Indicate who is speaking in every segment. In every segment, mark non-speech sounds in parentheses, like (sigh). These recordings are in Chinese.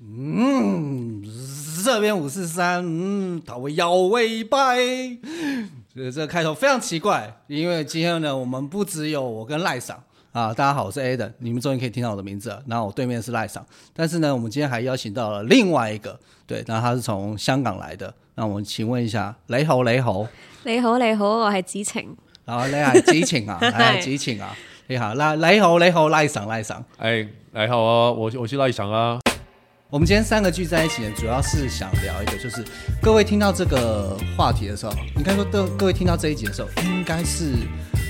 Speaker 1: 嗯这边五四三，嗯，他会摇尾摆。呃，这个开头非常奇怪，因为今天呢，我们不只有我跟赖赏啊，大家好，我是 Aden，你们终于可以听到我的名字了。然后我对面是赖赏，但是呢，我们今天还邀请到了另外一个，对，那他是从香港来的。那我们请问一下，雷猴，雷猴，
Speaker 2: 你好，你好，我係子晴。
Speaker 1: 然後你係子晴啊，你係子晴啊，你好，那雷猴，雷猴，赖赏，赖赏。
Speaker 3: 哎，还好啊，我我是赖翔啊。
Speaker 1: 我们今天三个聚在一起呢，主要是想聊一个，就是各位听到这个话题的时候，应该说各各位听到这一集的时候，应该是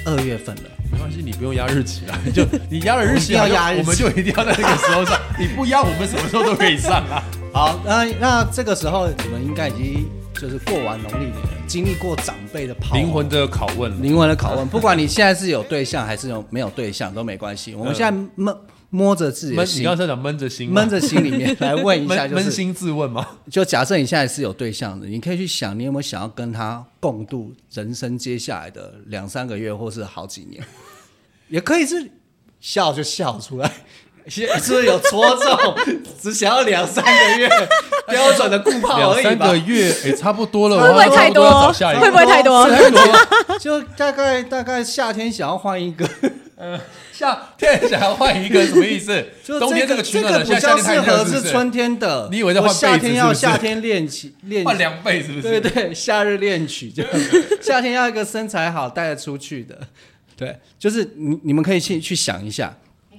Speaker 1: 二月份了。
Speaker 3: 没关系，你不用压日期啊， (laughs) 就你压了日期、
Speaker 1: 我
Speaker 3: 啊，
Speaker 1: 一定要压日期
Speaker 3: 我们就一定要在那个时候上。 (laughs) 你不压，我们什么时候都可以上啊。
Speaker 1: 好，那那这个时候你们应该已经就是过完农历年了，经历过长辈的抛
Speaker 3: 灵魂的拷问了，
Speaker 1: 灵魂的拷问，不管你现在是有对象还是有没有对象都没关系。我们现在摸摸着自己的
Speaker 3: 闷，你
Speaker 1: 心
Speaker 3: 刚，才讲闷着心吗，
Speaker 1: 闷着心里面来问一下，
Speaker 3: 闷
Speaker 1: 就
Speaker 3: 闷
Speaker 1: 是
Speaker 3: 心自问吗？
Speaker 1: 就假设你现在是有对象的，你可以去想，你有没有想要跟他共度人生接下来的两三个月，或是好几年， (laughs) 也可以是笑就笑出来。是是不是有戳中？只想要两三
Speaker 3: (laughs)
Speaker 1: 个月，标准的固炮
Speaker 3: 两
Speaker 1: 而已
Speaker 3: 三
Speaker 1: 吧
Speaker 3: 个。月，哎，差不多了，
Speaker 2: 会不会
Speaker 3: 我差
Speaker 2: 太
Speaker 3: 多要
Speaker 2: 多
Speaker 3: 找下一
Speaker 2: 会
Speaker 3: 个
Speaker 2: 不会太多
Speaker 1: 太多，就大概大概夏天想要换一
Speaker 3: (laughs)
Speaker 1: 个，
Speaker 3: 夏天想要换一个什么意思？
Speaker 1: (laughs) 就
Speaker 3: 冬天
Speaker 1: 这
Speaker 3: 个取
Speaker 1: 这
Speaker 3: 暖
Speaker 1: 个
Speaker 3: 了，
Speaker 1: 比
Speaker 3: 现在
Speaker 1: 较
Speaker 3: 夏天
Speaker 1: 适
Speaker 3: 太热
Speaker 1: 合
Speaker 3: 是不
Speaker 1: 是
Speaker 3: 是
Speaker 1: 春天的。
Speaker 3: 你以为在换
Speaker 1: 我夏
Speaker 3: 被子
Speaker 1: 天要
Speaker 3: 是不是
Speaker 1: 夏天练起练
Speaker 3: 换两倍是不
Speaker 1: 对
Speaker 3: 是？
Speaker 1: 对，夏日恋曲
Speaker 3: (laughs)
Speaker 1: 这样，夏天要一个身材好、带得出去的。对，就是你你们可以去去想一下，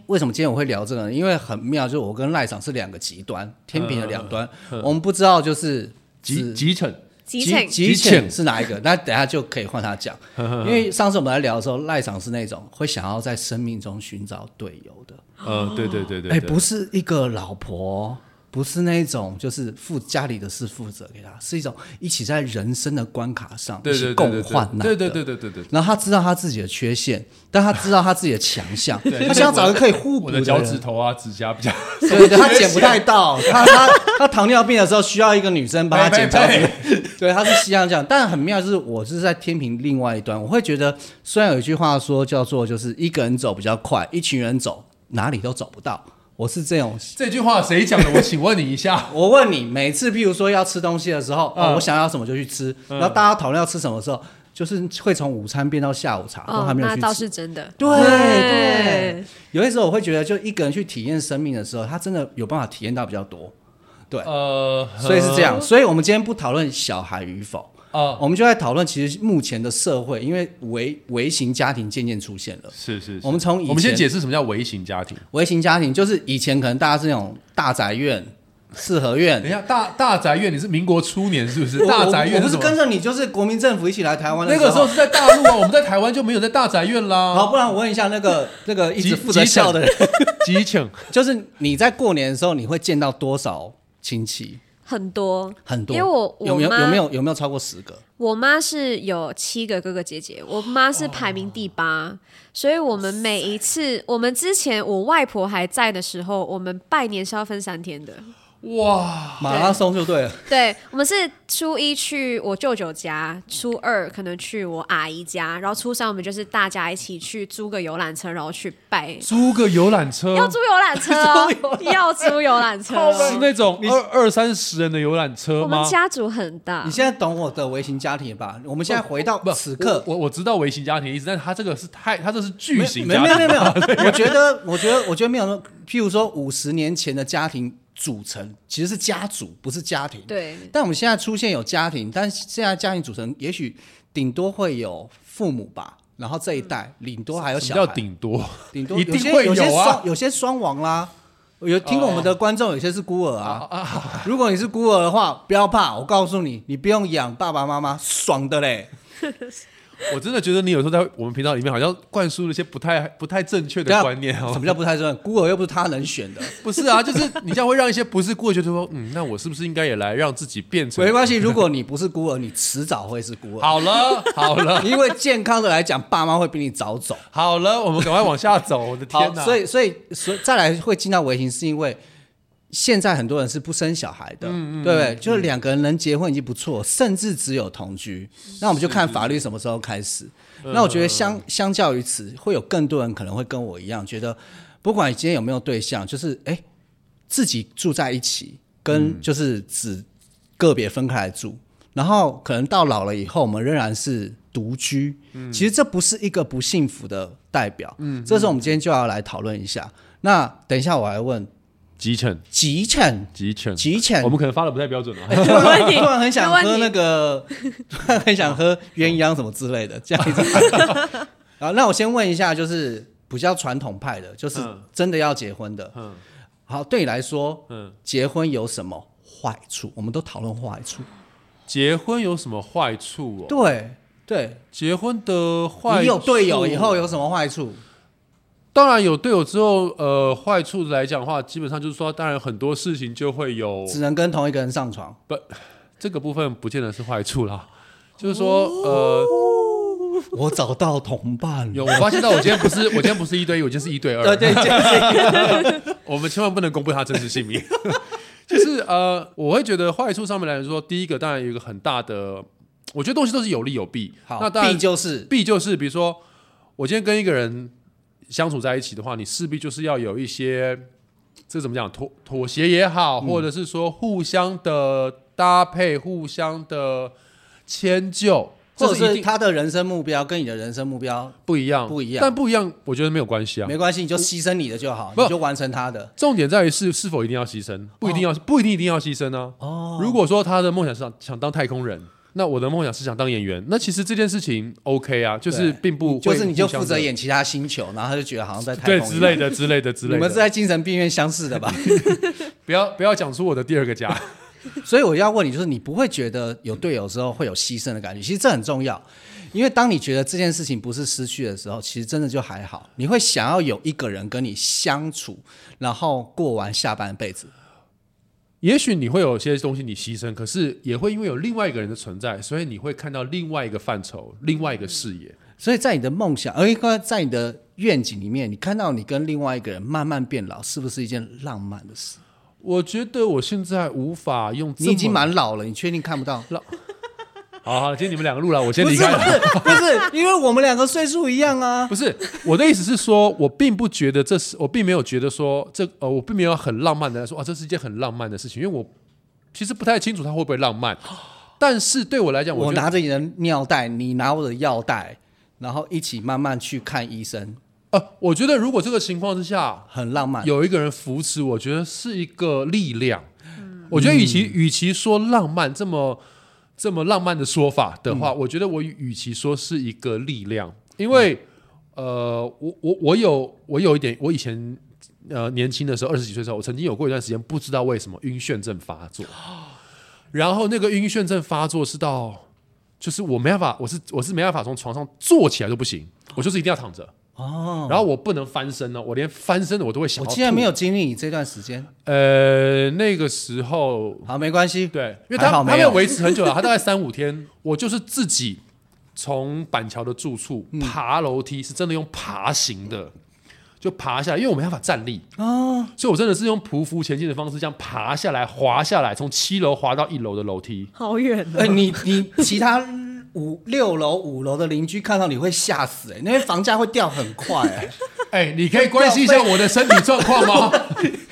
Speaker 1: 为什么今天我会聊这个呢？因为很妙，就是我跟赖赏是两个极端，天平的两端，
Speaker 3: 嗯
Speaker 1: 我们不知道就是
Speaker 3: 急
Speaker 1: 只
Speaker 3: 急诊，
Speaker 2: 子晴，
Speaker 1: 极
Speaker 3: 极
Speaker 1: 浅
Speaker 3: 浅嗯
Speaker 1: 是哪一个？那等一下就可以换他讲，因为上次我们来聊的时候，赖赏是那种会想要在生命中寻找队友的。
Speaker 3: 嗯，对对对对，
Speaker 1: 哎、
Speaker 3: 对
Speaker 1: 不是一个老婆哦，不是那种就是负家里的事负责给他，是一种一起在人生的关卡上一
Speaker 3: 对
Speaker 1: 起
Speaker 3: 对对
Speaker 1: 共
Speaker 3: 对
Speaker 1: 患难。
Speaker 3: 对对对。对对对。
Speaker 1: 然后他知道他自己的缺陷，但他知道他自己的强项，
Speaker 3: (laughs) 对
Speaker 1: 他想要找一个可以互补
Speaker 3: 我的脚趾
Speaker 1: 人
Speaker 3: 头啊，指甲比较
Speaker 1: 对对，他剪不太到，他他他糖尿病的时候需要一个女生帮他剪
Speaker 3: (laughs)
Speaker 1: 脚
Speaker 3: 呸
Speaker 1: 趾
Speaker 3: 呸，
Speaker 1: 对，他是西洋这样，但很妙就是我就是在天平另外一端，我会觉得虽然有一句话说叫做就是一个人走比较快，一群人走哪里都走不到，我是这种。
Speaker 3: 这句话谁讲的？我请问你一下
Speaker 1: (laughs) 我问你，每次譬如说要吃东西的时候，哦
Speaker 3: 嗯
Speaker 1: 我想要什么就去吃，然后大家讨论要吃什么的时候，就是会从午餐变到下午茶，都还
Speaker 2: 哦，
Speaker 1: 没有
Speaker 2: 那
Speaker 1: 去
Speaker 2: 倒
Speaker 1: 吃。
Speaker 2: 是真的。
Speaker 1: 对对
Speaker 2: 对，
Speaker 1: 有些时候我会觉得，就一个人去体验生命的时候，他真的有办法体验到比较多，
Speaker 3: 呃，
Speaker 1: 所以是这样。所以我们今天不讨论小孩与否，
Speaker 3: 啊，
Speaker 1: 我们就在讨论其实目前的社会，因为微微型家庭渐渐出现了。
Speaker 3: 是是，是
Speaker 1: 我们从以前
Speaker 3: 我们先解释什么叫微型家庭。
Speaker 1: 微型家庭就是以前可能大家是那种大宅院、四合院
Speaker 3: 等一，下，大大宅院，你是民国初年是不是
Speaker 1: 我？
Speaker 3: 哎大宅院
Speaker 1: 我不是
Speaker 3: 什么
Speaker 1: 跟着你，就是国民政府一起来台湾的
Speaker 3: 那个时候是在大陆啊， (laughs) 我们在台湾就没有在大宅院
Speaker 1: 好，
Speaker 3: 啦。
Speaker 1: 不然我问一下那个
Speaker 3: (laughs)
Speaker 1: 那个一直负责
Speaker 3: 哦急诊
Speaker 1: 笑的人，
Speaker 3: 激情，
Speaker 1: (laughs) 就是你在过年的时候，你会见到多少亲戚？
Speaker 2: 很多
Speaker 1: 很多，
Speaker 2: 因为我我
Speaker 1: 有没有
Speaker 2: 妈
Speaker 1: 有没有有没有超过十个？
Speaker 2: 我妈是有七个哥哥姐姐，我妈是排名第八，
Speaker 1: 哦
Speaker 2: 所以我们每一次，我们之前我外婆还在的时候，我们拜年是要分三天
Speaker 1: (laughs)
Speaker 2: 的。
Speaker 3: 哇，
Speaker 1: 马拉松就对了，
Speaker 2: 对，我们是初一去我舅舅家，初二可能去我阿姨家，然后初三我们就是大家一起去租个游览车，然后去拜。
Speaker 3: 租个游览车
Speaker 2: 要租游览车哦，要租游览车哦。
Speaker 3: 是那种二二三十人的游览车
Speaker 2: 我们
Speaker 3: 吗？
Speaker 2: 家族很大
Speaker 1: 你，现在懂我的微型家庭吧？我们现在回到
Speaker 3: 不，
Speaker 1: 此刻，
Speaker 3: 我我我知道微型家庭的意思，但他这个是太，他这是巨型
Speaker 1: 没
Speaker 3: 家
Speaker 1: 有没有没
Speaker 3: 庭。
Speaker 1: 有没有，
Speaker 3: (laughs)
Speaker 1: 我觉得我觉得我觉得没有那么，譬如说五十年前的家庭组成其实是家族，不是家庭。
Speaker 2: 对，
Speaker 1: 但我们现在出现有家庭，但是现在家庭组成也许顶多会有父母吧，然后这一代顶多还有
Speaker 3: 什
Speaker 1: 小
Speaker 3: 么叫
Speaker 1: 孩。
Speaker 3: 顶多？
Speaker 1: 顶多
Speaker 3: 一
Speaker 1: 有
Speaker 3: 定
Speaker 1: 些
Speaker 3: 会
Speaker 1: 有些
Speaker 3: 有啊哦
Speaker 1: 双有些双亡啦。有听过我们的观众，有些是孤儿啊。如果你是孤儿的话，不要怕，我告诉你，你不用养爸爸妈妈，爽的嘞。
Speaker 3: 我真的觉得你有时候在我们频道里面好像灌输了一些不太不太正确
Speaker 1: 等
Speaker 3: 的
Speaker 1: 下
Speaker 3: 观念哦 (laughs)
Speaker 1: 什。么叫不太正？孤儿又不是他能选的，
Speaker 3: 不是啊，就是你这样会让一些不是孤儿觉得说，嗯，那我是不是应该也来让自己变成
Speaker 1: 没？关系。如果你不是孤儿，你迟早会是孤儿，
Speaker 3: 好了，好了，
Speaker 1: 因为健康的来讲，爸妈会比你早走。
Speaker 3: 好了，我们赶快往下走。我的
Speaker 1: 好
Speaker 3: 天，哪！
Speaker 1: 所以所以所以再来会进到微型，是因为现在很多人是不生小孩的，
Speaker 3: 嗯
Speaker 1: 对不对？就是两个人能结婚已经不错，甚至只有同居。那我们就看法律什么时候开始。
Speaker 3: 嗯
Speaker 1: 那我觉得相相较于此，会有更多人可能会跟我一样，觉得不管你今天
Speaker 3: 嗯
Speaker 1: 有没有对象，就是哎，自己住在一起，跟就是只个别分开来住，然后可能到老了以后，我们仍然是独居。
Speaker 3: 嗯
Speaker 1: 其实这不是一个不幸福的代表。嗯，这是我们今天就要来讨论一下。那等一下我来问
Speaker 3: 集成
Speaker 1: 极浅
Speaker 3: 集成，
Speaker 1: 极浅
Speaker 3: 我，们可能发的不太标准哦。
Speaker 1: (laughs) 突
Speaker 2: 问
Speaker 1: 然
Speaker 2: 题
Speaker 1: 突然很想
Speaker 2: 没问题
Speaker 1: 喝那个， (laughs) 突然很想喝鸳鸯什么之类的，这样
Speaker 3: (laughs)
Speaker 1: 子。啊，那我先问一下，就是比较传统派的，就是
Speaker 3: 嗯
Speaker 1: 真的要结婚的。
Speaker 3: 嗯
Speaker 1: 好，对你来说，
Speaker 3: 嗯，
Speaker 1: 结婚有什么坏处？我们都讨论坏处。
Speaker 3: 哦结婚有什么坏处哦？
Speaker 1: 对对，
Speaker 3: 结婚的坏处，
Speaker 1: 你有队友以后有什么坏处？
Speaker 3: 当然有队友之后，呃，坏处来讲的话，基本上就是说，当然很多事情就会有
Speaker 1: 只能跟同一个人上床。
Speaker 3: 这个部分，不见得是坏处啦。就是说，
Speaker 1: 哦
Speaker 3: 呃，
Speaker 1: 我找到同伴了。
Speaker 3: 有我发现到，我今天不是我今天不是一对一，我今天是一对二。
Speaker 1: 对呃对，
Speaker 3: (laughs)
Speaker 1: 就是
Speaker 3: 我们千万不能公布他真实姓名。 (laughs) 就是呃，我会觉得坏处上面来说，第一个当然有一个很大的，我觉得东西都是有利有弊。
Speaker 1: 好，
Speaker 3: 那当然
Speaker 1: 必就是
Speaker 3: 弊就是比如说，我今天跟一个人相处在一起的话，你势必就是要有一些这怎么讲妥妥协也
Speaker 1: 嗯
Speaker 3: 好，或者是说互相的搭配、互相的迁就，这
Speaker 1: 或者
Speaker 3: 一
Speaker 1: 是
Speaker 3: 定
Speaker 1: 他的人生目标跟你的人生目标
Speaker 3: 不一样，
Speaker 1: 不一样
Speaker 3: 但不一样，我觉得没有关系啊。
Speaker 1: 没关系，你就牺牲你的就好，
Speaker 3: 不
Speaker 1: 你就完成他的。
Speaker 3: 重点在于是是否一定要牺牲，不一定要、不一定一定要牺牲啊。
Speaker 1: 哦，
Speaker 3: 如果说他的梦想是想想当太空人，那我的梦想是想当演员，那其实这件事情 OK 啊，就是并不
Speaker 1: 就
Speaker 3: 会
Speaker 1: 是你就
Speaker 3: 互相
Speaker 1: 负
Speaker 3: 的
Speaker 1: 责演其他星球，然后他就觉得好像在太空
Speaker 3: 对
Speaker 1: 一样
Speaker 3: 之类。的之类的之
Speaker 1: 你
Speaker 3: 类的。
Speaker 1: 们是在精神病院相似的吧？
Speaker 3: 不要不要讲出我的第二个家， (laughs)
Speaker 1: 所以我要问你，就是你不会觉得有队友之后会有牺牲的感觉？其实这很重要，因为当你觉得这件事情不是失去的时候，其实真的就还好。你会想要有一个人跟你相处，然后过完下半辈子。
Speaker 3: 也许你会有些东西你牺牲，可是也会因为有另外一个人的存在，所以你会看到另外一个范畴、另外一个视野。
Speaker 1: 所以在你的梦想，而应该在你的愿景里面，你看到你跟另外一个人慢慢变老，是不是一件浪漫的事？
Speaker 3: 我觉得我现在无法用这
Speaker 1: 你
Speaker 3: 么，
Speaker 1: 已经蛮老了，你确定看不 (laughs) 到？
Speaker 3: 好好，今天你们两个录了，我先
Speaker 1: 不
Speaker 3: 离
Speaker 1: 是
Speaker 3: 开
Speaker 1: 不
Speaker 3: 了。
Speaker 1: 是不是，因为我们两个岁数一样啊。
Speaker 3: 不是我的意思是说，我并不觉得这是，我并没有觉得说这呃，我并没有很浪漫的说啊，这是一件很浪漫的事情，因为我其实不太清楚它会不会浪漫。但是对我来讲，
Speaker 1: 我
Speaker 3: 觉得
Speaker 1: 拿着你的尿袋，你拿我的药袋，然后一起慢慢去看医生，
Speaker 3: 呃，我觉得如果这个情况之下
Speaker 1: 很浪漫。
Speaker 3: 有一个人扶持，我觉得是一个力量。我觉得与其
Speaker 1: 嗯
Speaker 3: 与其说浪漫这么这么浪漫的说法的话，
Speaker 1: 嗯
Speaker 3: 我觉得我与其说是一个力量，因为、
Speaker 1: 嗯
Speaker 3: 呃，我我我有我有一点，我以前呃年轻的时候，二十几岁的时候，我曾经有过一段时间，不知道为什么晕眩症发
Speaker 1: (gasps)
Speaker 3: 作，然后那个晕眩症发作是到。就是我没办法，我是我是没办法从床上坐起来都不行，我就是一定要躺着哦，然后我不能翻身哦，我连翻身我都会想
Speaker 1: 我
Speaker 3: 到吐。
Speaker 1: 竟然没有经历你这段时间，
Speaker 3: 呃，那个时候
Speaker 1: 好，没关系。
Speaker 3: 对，因为
Speaker 1: 还
Speaker 3: 他
Speaker 1: 好
Speaker 3: 他
Speaker 1: 没
Speaker 3: 没有
Speaker 1: 有
Speaker 3: 维持很久了，他大概三五天。我就是自己从板桥的住处
Speaker 1: 嗯
Speaker 3: 爬楼梯，是真的用爬行的，就爬下来，因为我没办法站立哦，所以我真的是用匍匐前进的方式，这样爬下来、滑下来，从七楼滑到一楼的楼梯。
Speaker 2: 好远
Speaker 1: (laughs)
Speaker 2: 哦
Speaker 1: 哎、你你其他五六楼五楼的邻居看到你会吓死、哎，因为房价会掉很快、哎
Speaker 3: (laughs) 哎、你可以关心一下我的身体状况 (laughs) 吗？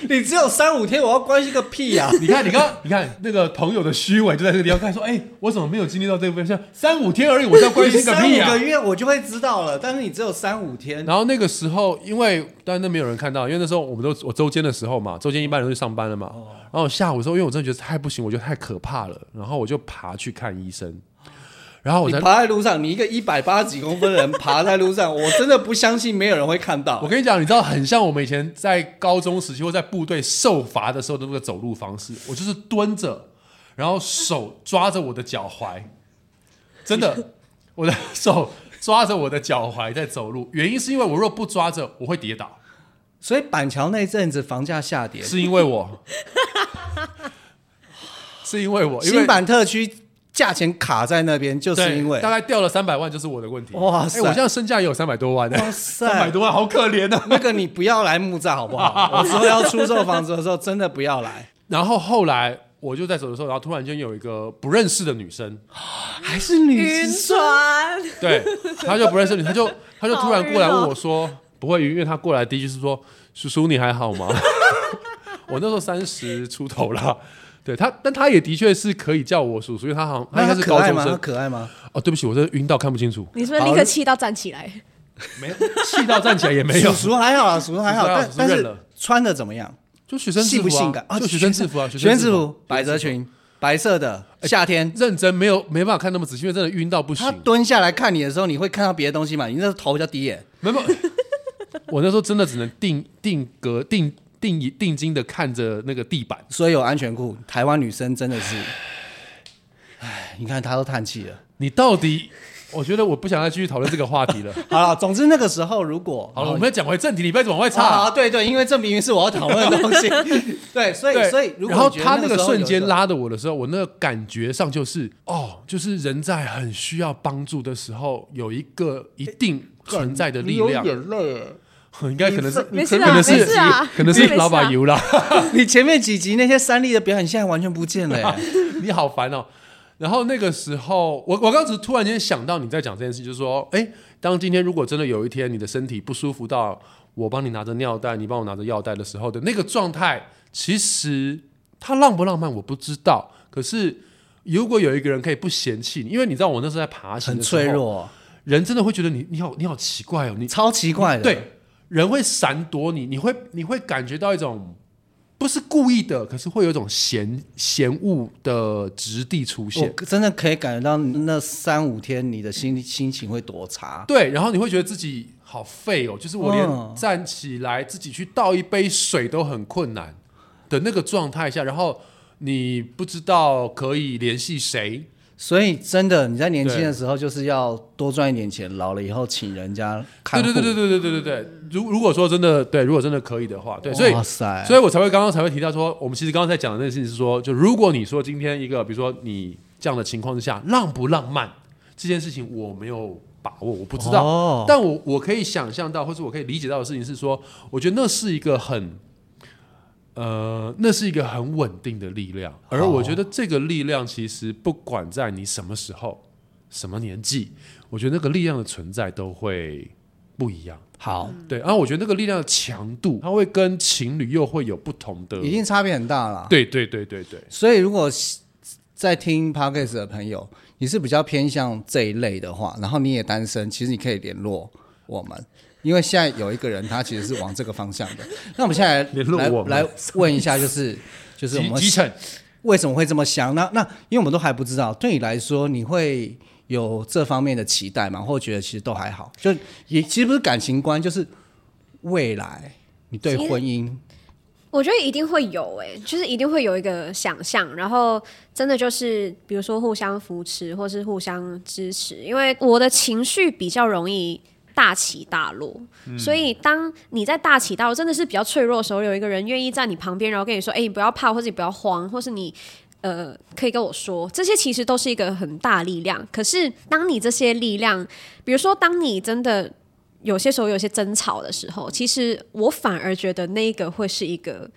Speaker 1: 你只有三五天，我要关心个屁啊呀、
Speaker 3: 你看，你刚，你看那个朋友的虚伪就在这个地方，看说，哎、我怎么没有经历到这部分？像三五天而已，我在 (laughs) 关
Speaker 1: 你
Speaker 3: 心个
Speaker 1: 三
Speaker 3: 屁
Speaker 1: 五
Speaker 3: 啊！
Speaker 1: 个月我就会知道了，但是你只有三五天，
Speaker 3: 然后那个时候，因为当然那没有人看到，因为那时候我们都我周间的时候嘛，周间一般人都去上班了嘛。
Speaker 1: 哦
Speaker 3: 然后下午的时候，因为我真的觉得太不行，我觉得太可怕了，然后我就爬去看医生。然后我
Speaker 1: 你
Speaker 3: 才，
Speaker 1: 爬在路上，你一个一百八十几公分的人爬在路上，我真的不相信没有人会看
Speaker 3: 我
Speaker 1: 到。
Speaker 3: 跟你讲，你知道，很像我们以前在高中时期或在部队受罚的时候的那个走路方式，我就是蹲着，然后手抓着我的脚踝，真的，我的手抓着我的脚踝在走路。原因是因为我若不抓着，我会跌倒。
Speaker 1: 所以板桥那阵子房价下跌，
Speaker 3: 是因
Speaker 1: (laughs)
Speaker 3: 为我，是因为我，因为
Speaker 1: 新版特区价钱卡在那边，就是
Speaker 3: 对
Speaker 1: 因为
Speaker 3: 大概掉了三百万，就是我的问题。
Speaker 1: 哇
Speaker 3: 哇
Speaker 1: 塞
Speaker 3: 塞！我现在身价也有三百多万呢，
Speaker 1: 哇塞
Speaker 3: 三百多万好可怜啊。
Speaker 1: 那个你不要来木栅好不
Speaker 3: (laughs)
Speaker 1: 好？我之后要出售房子的时候，真的不要来，
Speaker 3: 然后后来我就在走的时候，然后突然间有一个不认识的女生，
Speaker 1: 还是女
Speaker 2: 晕船，
Speaker 3: 对，她就不认识你，
Speaker 1: (laughs)
Speaker 3: 她就她就突然过来
Speaker 2: 好晕哦
Speaker 3: (laughs) 问我说：“不会晕？”因为她过来第一句是说：“叔叔你还好吗？”我那时候三十出头啦。对他，但他也的确是可以叫我叔叔，因为他好像他
Speaker 1: 那
Speaker 3: 应该
Speaker 1: 他
Speaker 3: 是
Speaker 1: 可
Speaker 3: 高
Speaker 1: 爱
Speaker 3: 中
Speaker 1: 吗？他
Speaker 3: 生。
Speaker 1: 可爱吗？
Speaker 3: 哦，对不起，我真的晕到看不清楚，
Speaker 4: 你是不是立刻气到站起来？
Speaker 3: 没有气到站起来也没有。
Speaker 1: 叔叔还好啊，叔叔还好，
Speaker 3: 叔叔还好
Speaker 1: 但
Speaker 3: 叔叔
Speaker 1: 但
Speaker 3: 认
Speaker 1: 是
Speaker 3: 了
Speaker 1: 穿的怎么样？
Speaker 3: (laughs) 就学生制
Speaker 1: 性
Speaker 3: 服
Speaker 1: 不
Speaker 3: 啊
Speaker 1: 性感啊？
Speaker 3: 就学生制服哎啊，
Speaker 1: 学
Speaker 3: 生
Speaker 1: 生
Speaker 3: 制
Speaker 1: 制
Speaker 3: 服
Speaker 1: 服，，百褶裙，白色的，夏天。
Speaker 3: 认真没有没办法看那么仔细，因为真的晕到不
Speaker 1: 他
Speaker 3: 行。
Speaker 1: 蹲下来看你的时候，你会看到别的东西嘛？你那头比较低耶，
Speaker 3: 没有，我那时候真的只能定定格定定定睛的看着那个地板。
Speaker 1: 所以有安全裤。台湾女生真的是，唉，你看她都叹气了。
Speaker 3: 你到底？我觉得我不想再继续讨论这个话题了。
Speaker 1: 好了，总之那个时候如果
Speaker 3: 好了，我们要讲回正题，你不要一直往外
Speaker 1: 差啊，
Speaker 3: 岔。
Speaker 1: 对对，因为这明明是我要讨论的东
Speaker 3: (laughs)
Speaker 1: 西，对，所以
Speaker 3: 对，
Speaker 1: 所以如果
Speaker 3: 然后
Speaker 1: 你觉得
Speaker 3: 他
Speaker 1: 那
Speaker 3: 个
Speaker 1: 时候
Speaker 3: 瞬
Speaker 1: 有
Speaker 3: 间
Speaker 1: 的，
Speaker 3: 拉着我的时候，我那个感觉上就是，哦，就是人在很需要帮助的时候，有一个一定存在的力量。
Speaker 1: 眼泪，
Speaker 3: 应该可能是，
Speaker 4: 啊没事
Speaker 3: 可
Speaker 4: 啊
Speaker 3: 能
Speaker 4: 没
Speaker 3: 是
Speaker 4: 事啊，
Speaker 3: 可能
Speaker 4: 没
Speaker 3: 是
Speaker 4: 事啊
Speaker 3: 老板油啦。
Speaker 1: (laughs) 你前面几集那些三立的表演现在完全不见了耶，
Speaker 3: (laughs) 你好烦哦。然后那个时候，我我刚只突然间想到你在讲这件事，就是说，哎，当今天如果真的有一天你的身体不舒服到我帮你拿着尿袋，你帮我拿着药袋的时候的那个状态，其实它浪不浪漫我不知道。可是如果有一个人可以不嫌弃你，因为你知道我那时候在爬行
Speaker 1: 很
Speaker 3: 的时候，
Speaker 1: 脆，弱，
Speaker 3: 人真的会觉得你你好你好奇怪哦，你
Speaker 1: 超奇怪的。，
Speaker 3: 对，人会闪躲你，你会你会感觉到一种不是故意的，可是会有一种嫌嫌恶的质地出现。
Speaker 1: 我真的可以感觉到那三五天你的心心情会多差。
Speaker 3: 对，然后你会觉得自己好废哦，就是我连
Speaker 1: 嗯
Speaker 3: 站起来自己去倒一杯水都很困难的那个状态下，然后你不知道可以联系谁，
Speaker 1: 所以真的，你在年轻的时候就是要多赚一点钱，老了以后请人家看
Speaker 3: 对
Speaker 1: 护。
Speaker 3: 对对对对对对对对。如如果说真的对，如果真的可以的话，对，所以
Speaker 1: 哇塞，
Speaker 3: 所以我才会刚刚才会提到说，我们其实刚刚在讲的那个事情是说，就如果你说今天一个，比如说你这样的情况之下，浪不浪漫这件事情，我没有把握，我不知道。
Speaker 1: 哦
Speaker 3: 但我我可以想象到，或是我可以理解到的事情是说，我觉得那是一个很，呃，那是一个很稳定的力量。而我觉得这个力量其实不管在你什么时候、什么年纪，我觉得那个力量的存在都会不一样。
Speaker 1: 好，
Speaker 3: 对，啊然后我觉得那个力量的强度，它会跟情侣又会有不同的。
Speaker 1: 一定差别很大啦。
Speaker 3: 对对对对对，
Speaker 1: 所以如果在听 podcast 的朋友，你是比较偏向这一类的话，然后你也单身，其实你可以联络我们。因为现在有一个人，他其实是往这个方向
Speaker 3: (laughs)
Speaker 1: 的。那我们现在
Speaker 3: 联络
Speaker 1: 来
Speaker 3: 我们
Speaker 1: 来问一下，就是就是我
Speaker 3: 集 (laughs)
Speaker 1: 们
Speaker 3: 集成
Speaker 1: 为什么会这么想？那那因为我们都还不知道，对你来说，你会有这方面的期待吗？或者觉得其实都还好，就也其实不是感情观，就是未来你对婚姻
Speaker 2: 我觉得一定会有诶、就是一定会有一个想象，然后真的就是比如说互相扶持或是互相支持，因为我的情绪比较容易大起大落，所以当你在大起大落真的是比较脆弱的时候，有一个人愿意在你旁边，然后跟你说：“哎、你不要怕，或者你不要慌，或是你。”呃，可以跟我说，这些其实都是一个很大力量。可是，当你这些力量，比如说，当你真的有些时候有些争吵的时候，其实我反而觉得那一个会是一个。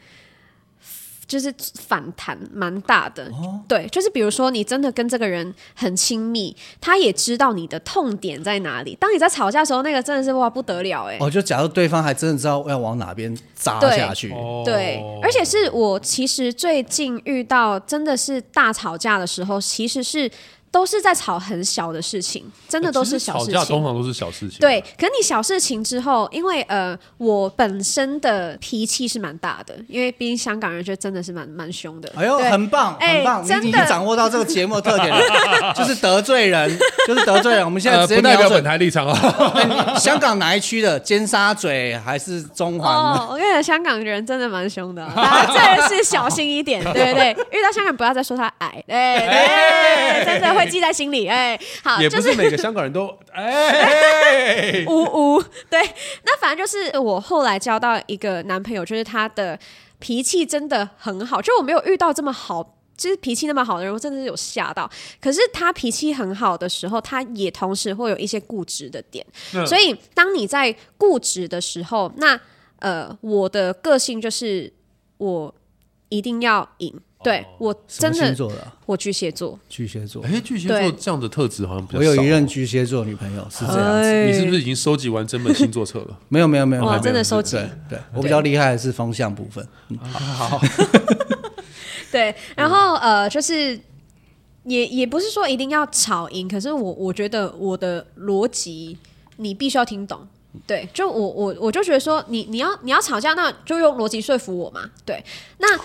Speaker 2: 就是反弹蛮大的，对，就是比如说你真的跟这个人很亲密，他也知道你的痛点在哪里。当你在吵架的时候，那个真的是哇不得了哎、
Speaker 1: 哦，就假如对方还真的知道要往哪边扎下去，
Speaker 3: 哦
Speaker 2: 对，而且是我其实最近遇到真的是大吵架的时候，其实是都是在吵很小的事情，真的都
Speaker 3: 其
Speaker 2: 是
Speaker 3: 实
Speaker 2: 小
Speaker 3: 吵
Speaker 2: 事
Speaker 3: 架，
Speaker 2: 情
Speaker 3: 通。常都是小事情。啊
Speaker 2: 对，可你小事情之后，因为呃，我本身的脾气是蛮大的，因为毕竟香港人就真的是蛮蛮凶的。
Speaker 1: 哎呦，
Speaker 2: 对
Speaker 1: 很棒，
Speaker 2: 哎
Speaker 1: 很棒，你
Speaker 2: 真
Speaker 1: 已经
Speaker 2: 的
Speaker 1: 掌握到这个节目的特点
Speaker 2: (laughs)
Speaker 1: 了，就是得罪人，就是得罪人。我们现在
Speaker 3: 呃，
Speaker 1: 直接
Speaker 3: 不代
Speaker 1: 瞄
Speaker 3: 表本
Speaker 1: 准、
Speaker 3: 台立场啊。 (laughs)
Speaker 1: 哎你香港哪一区的，尖沙咀还是中环呢？
Speaker 2: 哦，我跟你讲，香港人真的蛮凶的，啊大家真的是小心一点，对不对？遇到香港人不要再说他矮，哎，对真的会记在心里，哎，好，
Speaker 3: 也
Speaker 2: 就
Speaker 3: 不是每个香港
Speaker 2: (laughs)
Speaker 3: 人都哎，
Speaker 2: 呜呜， (laughs) 对，那反正就是呃我后来交到一个男朋友，就是他的脾气真的很好，就我没有遇到这么好。就是脾气那么好的人，我真的是有吓到。可是他脾气很好的时候，他也同时会有一些固执的点。
Speaker 3: 嗯
Speaker 2: 所以当你在固执的时候，那呃，我的个性就是我一定要赢。对我
Speaker 1: 什
Speaker 2: 真
Speaker 1: 么星
Speaker 2: 的，
Speaker 1: 座的啊？
Speaker 2: 我巨蟹座，
Speaker 1: 巨蟹座。
Speaker 3: 哎，巨蟹座
Speaker 2: 对
Speaker 3: 这样的特质好像比较
Speaker 1: 我
Speaker 3: 少。啊
Speaker 1: 有一任巨蟹座女朋友是这样子，
Speaker 2: 哎
Speaker 3: 你是不是已经收集完整本星座册
Speaker 2: (laughs)
Speaker 3: 了？
Speaker 1: 没有没有没有，
Speaker 2: 哇，
Speaker 1: 没有
Speaker 2: 真的收集。
Speaker 1: 对对，我比较厉害的是风向部分。
Speaker 2: 对，然后呃，就是也也不是说一定要吵赢，可是我我觉得我的逻辑你必须要听懂。对，就我我我就觉得说你你要你要吵架，那就用逻辑说服我嘛。对，那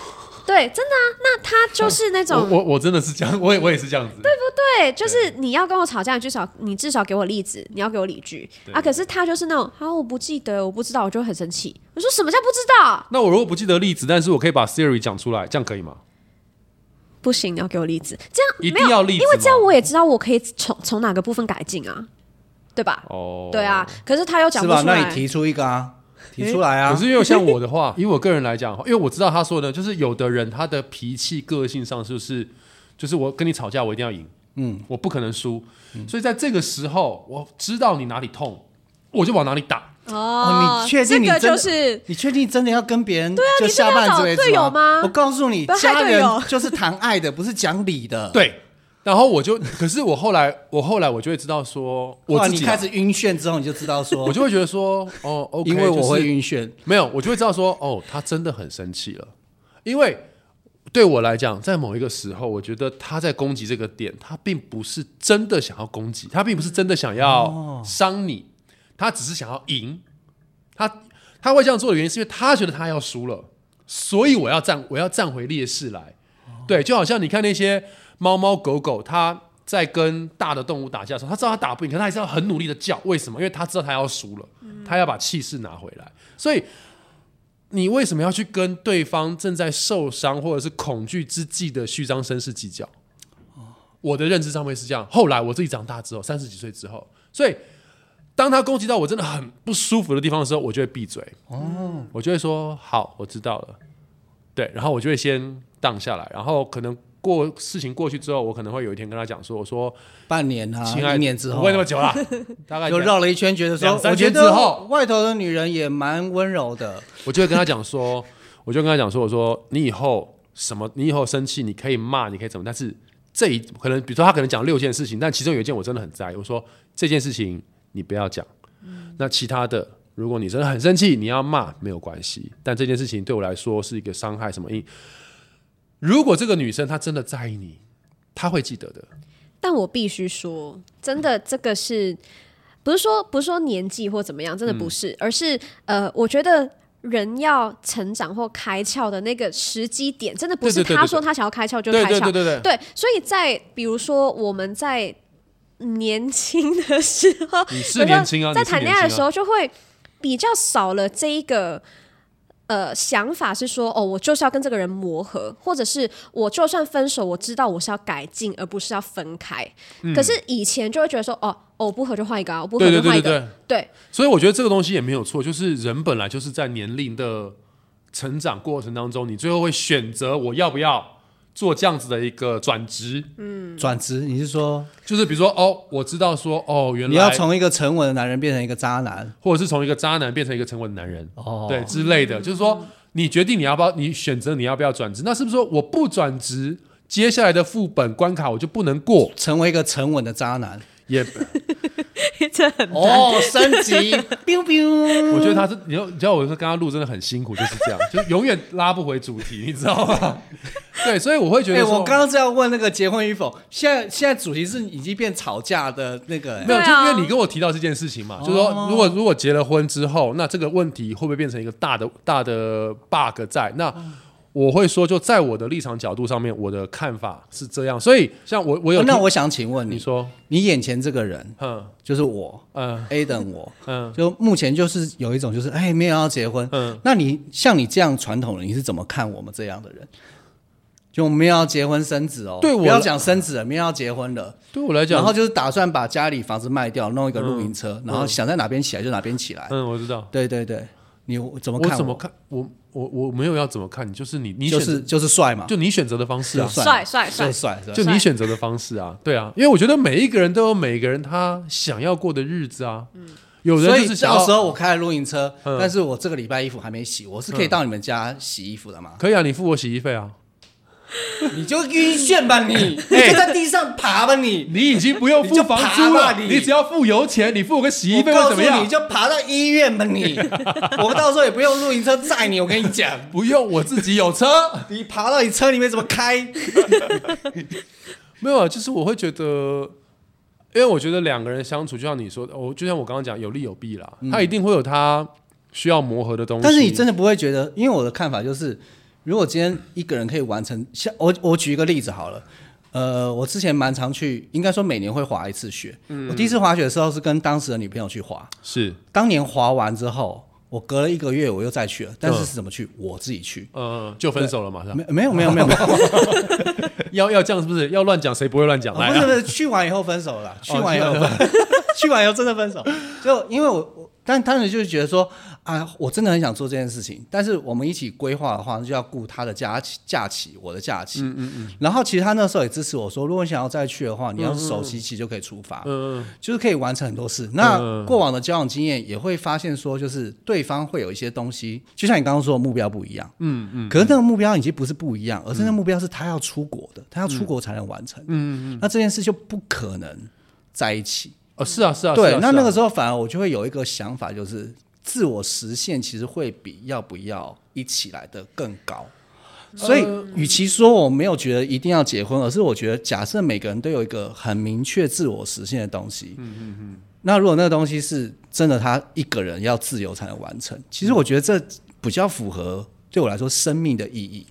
Speaker 2: 对真的啊，那他就是那
Speaker 3: 我
Speaker 2: 种
Speaker 3: 我我真的是这样，我也我也是这样子。对
Speaker 2: 对，就是你要跟我吵架，你至少你至少给我例子，你要给我理据啊。可是他就是那种，啊，我不记得，我不知道，我就很生气。我说什么叫不知道？
Speaker 3: 那我如果不记得例子，但是我可以把 theory 讲出来，这样可以吗？
Speaker 2: 不行，你要给我例子，这样
Speaker 3: 一
Speaker 2: 没
Speaker 3: 定
Speaker 2: 有
Speaker 3: 要例子吗，
Speaker 2: 因为这样我也知道我可以从从哪个部分改进啊，对吧？
Speaker 3: 哦，
Speaker 2: 对啊，可是他又讲
Speaker 1: 是
Speaker 2: 不
Speaker 1: 吧？
Speaker 2: 出
Speaker 1: 那
Speaker 2: 来。
Speaker 1: 你提出一个啊，提出来啊。
Speaker 3: 哎可是因为像我的
Speaker 1: (laughs)
Speaker 3: 话，以我个人来讲，因为我知道他说的，就是有的人他的脾气、个性上就是，就是我跟你吵架，我一定要赢，嗯，我不可能输，
Speaker 1: 嗯
Speaker 3: 所以在这个时候，我知道你哪里痛，
Speaker 1: 嗯
Speaker 3: 我就往哪里打。
Speaker 1: 哦你确定你
Speaker 2: 呃这
Speaker 1: 真的
Speaker 2: 个就是
Speaker 1: 你确定真的要跟别人对
Speaker 2: 啊
Speaker 1: 就
Speaker 2: 你真
Speaker 1: 下
Speaker 2: 的要
Speaker 1: 半
Speaker 2: 找
Speaker 1: 辈子
Speaker 2: 队友吗
Speaker 1: 我告诉你，
Speaker 2: 不要害
Speaker 1: 家
Speaker 2: 队
Speaker 1: 人
Speaker 2: 友
Speaker 1: 就是谈爱的，不是讲理的。，
Speaker 3: 对，然后我就， (laughs) 可是我后来，我后来我就会知道说，
Speaker 1: 我
Speaker 3: 我自
Speaker 1: 你
Speaker 3: 己啊
Speaker 1: 开始晕眩之后，你就知道说，
Speaker 3: 我就会觉得说，哦，OK，
Speaker 1: 因为我
Speaker 3: 就是
Speaker 1: 会晕眩，
Speaker 3: 没有，我就会知道说，哦，他真的很生气了，因为对我来讲，在某一个时候，我觉得他在攻击这个点，他并不是真的想要攻击，他并不是真的想要伤你，他只是想要赢。他他会这样做的原因，是因为他觉得他要输了，所以我要占我要占回劣势来。对，就好像你看那些猫猫狗狗，它在跟大的动物打架的时候，它知道它打不赢，可它还是要很努力的叫。为什么？因为它知道它要输了，它要把气势拿回来。所以，你为什么要去跟对方正在受伤或者是恐惧之际的虚张声势计较？我的认知上面是这样。后来我自己长大之后，三十几岁之后，所以当他攻击到我真的很不舒服的地方的时候，我就会闭嘴。哦，我就会说好，我知道了。对，然后我就会先荡下来，然后可能过事情过去之后，我可能会有一天跟他讲说，我说
Speaker 1: 半年啊，
Speaker 3: 亲爱的，
Speaker 1: 一年之
Speaker 3: 不
Speaker 1: 后
Speaker 3: 会那
Speaker 1: (laughs)
Speaker 3: 么久啦，大概
Speaker 1: 就绕了一圈，觉得说，
Speaker 3: 两三
Speaker 1: 我觉
Speaker 3: 天之
Speaker 1: 得
Speaker 3: 后
Speaker 1: 外头的女人也蛮温柔的。
Speaker 3: 我就会跟他讲说，我就跟他讲说，我说你以后什么，你以后生气你可以骂，你可以怎么，但是这一可能，比如说他可能讲六件事情，但其中有一件我真的很在意，我说这件事情你不要讲，那其他的。如果你真的很生气，你要骂没有关系，但这件事情对我来说是一个伤害。什么？因如果这个女生她真的在意你，她会记得的。
Speaker 2: 但我必须说，真的，这个是不是说不是说年纪或怎么样，真的不是，
Speaker 3: 嗯
Speaker 2: 而是呃，我觉得人要成长或开窍的那个时机点，真的不是
Speaker 3: 对对对对
Speaker 2: 他说他想要开窍就
Speaker 3: 对
Speaker 2: 开
Speaker 3: 对
Speaker 2: 窍
Speaker 3: 对，对对，
Speaker 2: 对，所以在比如说我们在年轻的时候，
Speaker 3: 你是年轻啊，
Speaker 2: 在
Speaker 3: 你是
Speaker 2: 谈恋爱的
Speaker 3: 年轻啊
Speaker 2: 时，候就会比较少了这一个。呃，想法是说，哦，我就是要跟这个人磨合，或者是我就算分手，我知道我是要改进，而不是要分开。可是以前就会觉得说，哦，哦我不合就换一个、啊，我不合
Speaker 3: 嗯对对
Speaker 2: 就换
Speaker 3: 对对
Speaker 2: 一个，
Speaker 3: 对，
Speaker 2: 对
Speaker 3: 所以我觉得这个东西也没有错，就是人本来就是在年龄的成长过程当中，你最后会选择我要不要做这样子的一个转职，
Speaker 1: 转职，你是说
Speaker 3: 就是比如说哦，我知道说哦，原
Speaker 1: 你
Speaker 3: 来
Speaker 1: 要从一个沉稳的男人变成一个渣男？
Speaker 3: 或者是从一个渣男变成一个沉稳的男人，
Speaker 1: 哦
Speaker 3: 对之类的，就是说你决定你要不要，你选择你要不要转职，那是不是说我不转职，接下来的副本关卡我就不能过？
Speaker 1: 成为一个沉稳的渣男
Speaker 3: 也，
Speaker 2: (laughs)
Speaker 3: (laughs)
Speaker 2: 这很
Speaker 1: 哦，升级，biu (laughs) biu，
Speaker 3: 我觉得他是，你知道，你知道，我是跟他录真的很辛苦，就是这样，就是永远拉不回主题，你知道吗？ (laughs) 对，所以我会觉
Speaker 1: 哎、
Speaker 3: 得说，
Speaker 1: 我刚刚是要问那个结婚与否，现在现在主题是已经变吵架的那个、哎哦
Speaker 3: 没有，就
Speaker 2: 对啊
Speaker 3: 因为你跟我提到这件事情嘛，就是说，如果如果结了婚之后，那这个问题会不会变成一个大的大的 bug 在？那
Speaker 1: 嗯
Speaker 3: 我会说，就在我的立场角度上面，我的看法是这样。所以，像我我有
Speaker 1: 哦
Speaker 3: 听、
Speaker 1: 那我想请问
Speaker 3: 你
Speaker 1: 你，
Speaker 3: 说，
Speaker 1: 你眼前这个人
Speaker 3: 嗯
Speaker 1: 就是我
Speaker 3: 嗯
Speaker 1: A 等我，
Speaker 3: 嗯，
Speaker 1: 就目前就是有一种就是哎没有要结婚，
Speaker 3: 嗯
Speaker 1: 那你像你这样传统人，你是怎么看我们这样的人？就我们没有要结婚生子哦，
Speaker 3: 对我
Speaker 1: 不要讲生子了，没有要结婚了，
Speaker 3: 对我来讲，嗯
Speaker 1: 然后就是打算把家里房子卖掉，弄一个露营车，然后想在哪边起来就哪边起来。
Speaker 3: 嗯，我知道，
Speaker 1: 对对对，你怎么
Speaker 3: 我
Speaker 1: 看
Speaker 3: 怎么看？我我我没有要怎么看，就是你你
Speaker 1: 就
Speaker 3: 选择
Speaker 1: 是就是帅嘛，
Speaker 3: 就你选择的方式啊
Speaker 1: 就，帅
Speaker 2: 帅帅帅
Speaker 1: 就，帅是吧？
Speaker 3: 就你选择的方式啊，对啊，因为我觉得每一个人都有每一个人他想要过的日子啊。有人
Speaker 1: 嗯所
Speaker 3: 就
Speaker 1: 以
Speaker 3: 是想
Speaker 1: 到时
Speaker 3: 要。
Speaker 1: 候我开了露营车，
Speaker 3: 嗯
Speaker 1: 但是我这个礼拜衣服还没洗，我是可以到你们家洗衣服的嘛？
Speaker 3: 可以啊，你付我洗衣费啊！
Speaker 1: 你就晕眩吧你，
Speaker 3: (laughs)
Speaker 1: 你就在地上爬吧你。
Speaker 3: 你已经不用
Speaker 1: 你
Speaker 3: 付
Speaker 1: 就
Speaker 3: 房
Speaker 1: 爬
Speaker 3: 租
Speaker 1: 吧
Speaker 3: 了，
Speaker 1: 你
Speaker 3: 你只要付油钱，你付我个洗衣
Speaker 1: 我
Speaker 3: 费会
Speaker 1: 告诉
Speaker 3: 怎么
Speaker 1: 你，
Speaker 3: 样
Speaker 1: 你？就爬到医院吧
Speaker 3: (laughs)
Speaker 1: 你。我到时候也不用露营车载你，我跟你讲，
Speaker 3: 不用，我自己有车。
Speaker 1: 你爬到你车里面怎么开？
Speaker 3: (laughs) 没有啊，就是我会觉得，因为我觉得两个人相处，就像你说，的，我哦就像我刚刚讲，有利有弊啦，他一定会有他需要磨合的东西。
Speaker 1: 嗯但是你真的不会觉得，因为我的看法就是，如果今天一个人可以完成，像我我举一个例子好了，呃，我之前蛮常去，应该说每年会滑一次雪。我第一次滑雪的时候是跟当时的女朋友去滑，
Speaker 3: 是，
Speaker 1: 当年滑完之后，我隔了一个月我又再去了，但是是怎么去？我自己去。
Speaker 3: 呃，就分手了嘛，是吧？
Speaker 1: 没没有没有没有，没有
Speaker 3: 要要这样是不是？要乱讲谁不会乱讲？来
Speaker 1: 哦不是
Speaker 3: 啊
Speaker 1: 不，是，去完以后分手了哦啦，去完以后分， (laughs) 去完以后真的分手。就因为我我，但当时就是觉得说啊，我真的很想做这件事情，但是我们一起规划的话，就要顾他的假期、假期，我的假期。嗯嗯嗯。然后其实他那时候也支持我说，如果你想要再去的话，你要首席期就可以出发。
Speaker 3: 嗯，
Speaker 1: 就是可以完成很多事。
Speaker 3: 嗯
Speaker 1: 那过往的交往经验也会发现说，就是对方会有一些东西，就像你刚刚说的目标不一样，嗯嗯，可是那个目标已经不是不一样，而是那个目标是他要出国的，他要出国才能完成，嗯嗯，那这件事就不可能在一起。
Speaker 3: 哦，是啊是啊，是
Speaker 1: 对
Speaker 3: 啊，
Speaker 1: 那
Speaker 3: 是啊
Speaker 1: 那个时候反而我就会有一个想法，就是自我实现其实会比要不要一起来的更高。
Speaker 3: 呃
Speaker 1: 所以，与其说我没有觉得一定要结婚，而是我觉得，假设每个人都有一个很明确自我实现的东西，嗯嗯嗯，那如果那个东西是真的，他一个人要自由才能完成，其实我觉得这比较符合对我来说生命的意义。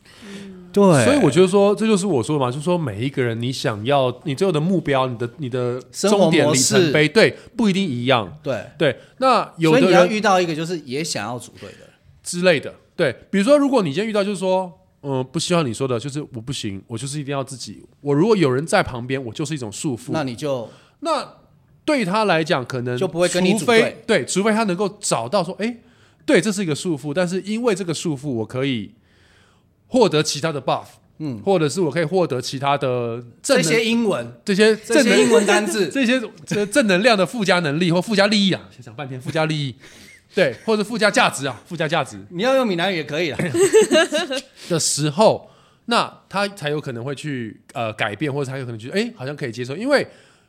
Speaker 1: 对，
Speaker 3: 嗯所以我觉得说，这就是我说的嘛，就是说每一个人你想要你最后的目标，你的你的
Speaker 1: 生活
Speaker 3: 终点
Speaker 1: 模
Speaker 3: 里
Speaker 1: 式
Speaker 3: 程碑，对，不一定一样。
Speaker 1: 对，
Speaker 3: 对，那有
Speaker 1: 所以
Speaker 3: 的
Speaker 1: 你要
Speaker 3: 人
Speaker 1: 遇到一个就是也想要组队的人，
Speaker 3: 之类的。对，比如说，如果你今天遇到就是说，嗯、不希望你说的，就是我不行，我就是一定要自己。我如果有人在旁边，我就是一种束缚。
Speaker 1: 那你就
Speaker 3: 那对他来讲，可能
Speaker 1: 就不会跟你
Speaker 3: 除
Speaker 1: 组
Speaker 3: 非
Speaker 1: 队
Speaker 3: 对，除非他能够找到说，哎，对，这是一个束缚，但是因为这个束缚，我可以获得其他的 buff，嗯，或者是我可以获得其他的
Speaker 1: 这
Speaker 3: 正能
Speaker 1: 些英文，
Speaker 3: 这些
Speaker 1: 这
Speaker 3: 正
Speaker 1: 些
Speaker 3: 能
Speaker 1: 英文单 (laughs) 字，
Speaker 3: 这些这正能量的附加能力或附加利益啊，想半天附加利益，对，或者附加价值啊，附加价值，
Speaker 1: 你要用闽南语也可以啦。
Speaker 3: 的时候，那他才有可能会去呃改变，或者他有可能觉得哎、诶好像可以接受，因为。